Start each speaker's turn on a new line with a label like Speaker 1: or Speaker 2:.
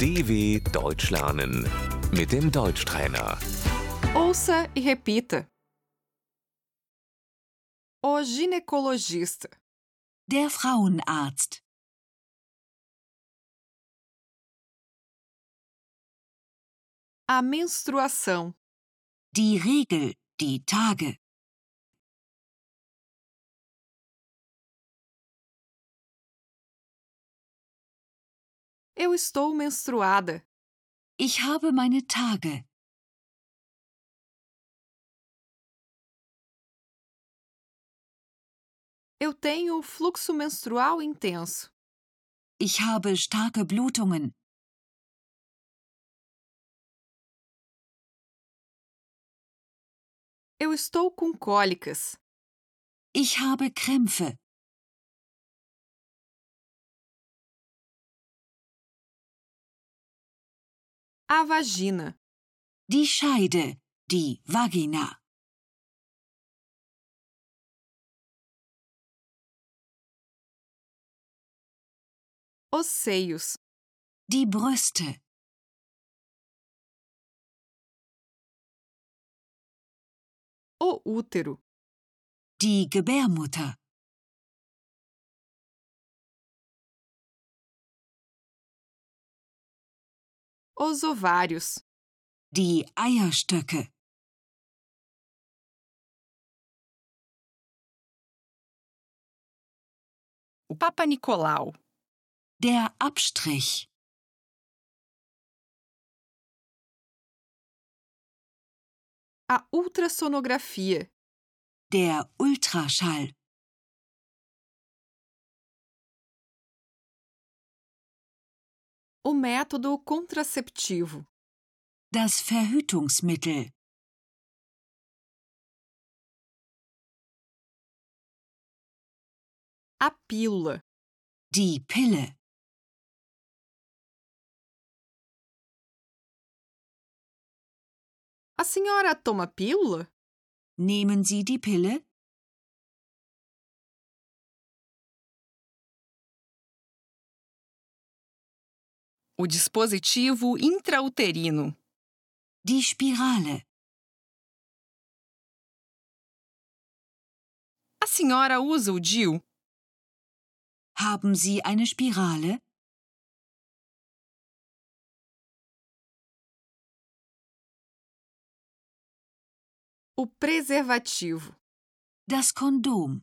Speaker 1: DW Deutsch lernen mit dem Deutschtrainer.
Speaker 2: Ouça e repita. O ginecologista.
Speaker 3: Der Frauenarzt.
Speaker 2: A menstruação.
Speaker 3: Die Regel. Die Tage.
Speaker 2: Eu estou menstruada.
Speaker 3: Ich habe meine Tage.
Speaker 2: Eu tenho fluxo menstrual intenso.
Speaker 3: Ich habe starke Blutungen.
Speaker 2: Eu estou com cólicas.
Speaker 3: Ich habe Krämpfe.
Speaker 2: A vagina.
Speaker 3: Die Scheide. Die Vagina.
Speaker 2: Os seios.
Speaker 3: Die Brüste.
Speaker 2: O útero.
Speaker 3: Die Gebärmutter.
Speaker 2: Os ovários.
Speaker 3: Die Eierstöcke.
Speaker 2: O Papa Nicolau.
Speaker 3: Der Abstrich.
Speaker 2: A ultrassonografia.
Speaker 3: Der Ultraschall.
Speaker 2: O método contraceptivo.
Speaker 3: Das Verhütungsmittel.
Speaker 2: A pílula.
Speaker 3: Die Pille.
Speaker 2: A senhora toma pílula?
Speaker 3: Nehmen Sie die Pille?
Speaker 4: o dispositivo intrauterino,
Speaker 3: Die Spirale.
Speaker 4: a senhora usa o DIU,
Speaker 3: Haben Sie eine Spirale?
Speaker 2: O preservativo.
Speaker 3: Das Kondom.